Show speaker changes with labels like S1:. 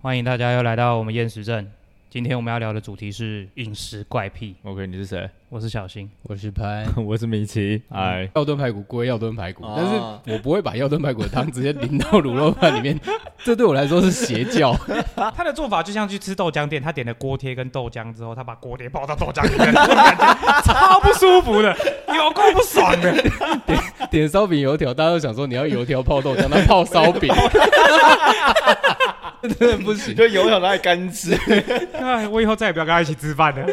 S1: 欢迎大家又来到我们厌食症。今天我们要聊的主题是饮食怪癖。
S2: OK，你是谁？
S1: 我是小新，
S3: 我是潘，
S2: 我是米奇。哎，
S3: 药炖排骨归药炖排骨，
S2: 哦
S3: 嗯但是我不会把药炖排骨的汤直接淋到卤肉饭里面， 这对我来说是邪教。
S1: 啊他的做法就像去吃豆浆店，他点了锅贴跟豆浆之后，他把锅贴泡到豆浆里面，那种感觉超不舒服的，有够不爽的。
S3: 点烧饼油条，大家都想说你要油条泡豆浆，那泡烧饼，真的不行。
S2: 就油条拿来干吃，
S1: 哎，我以后再也不要跟他一起吃饭了。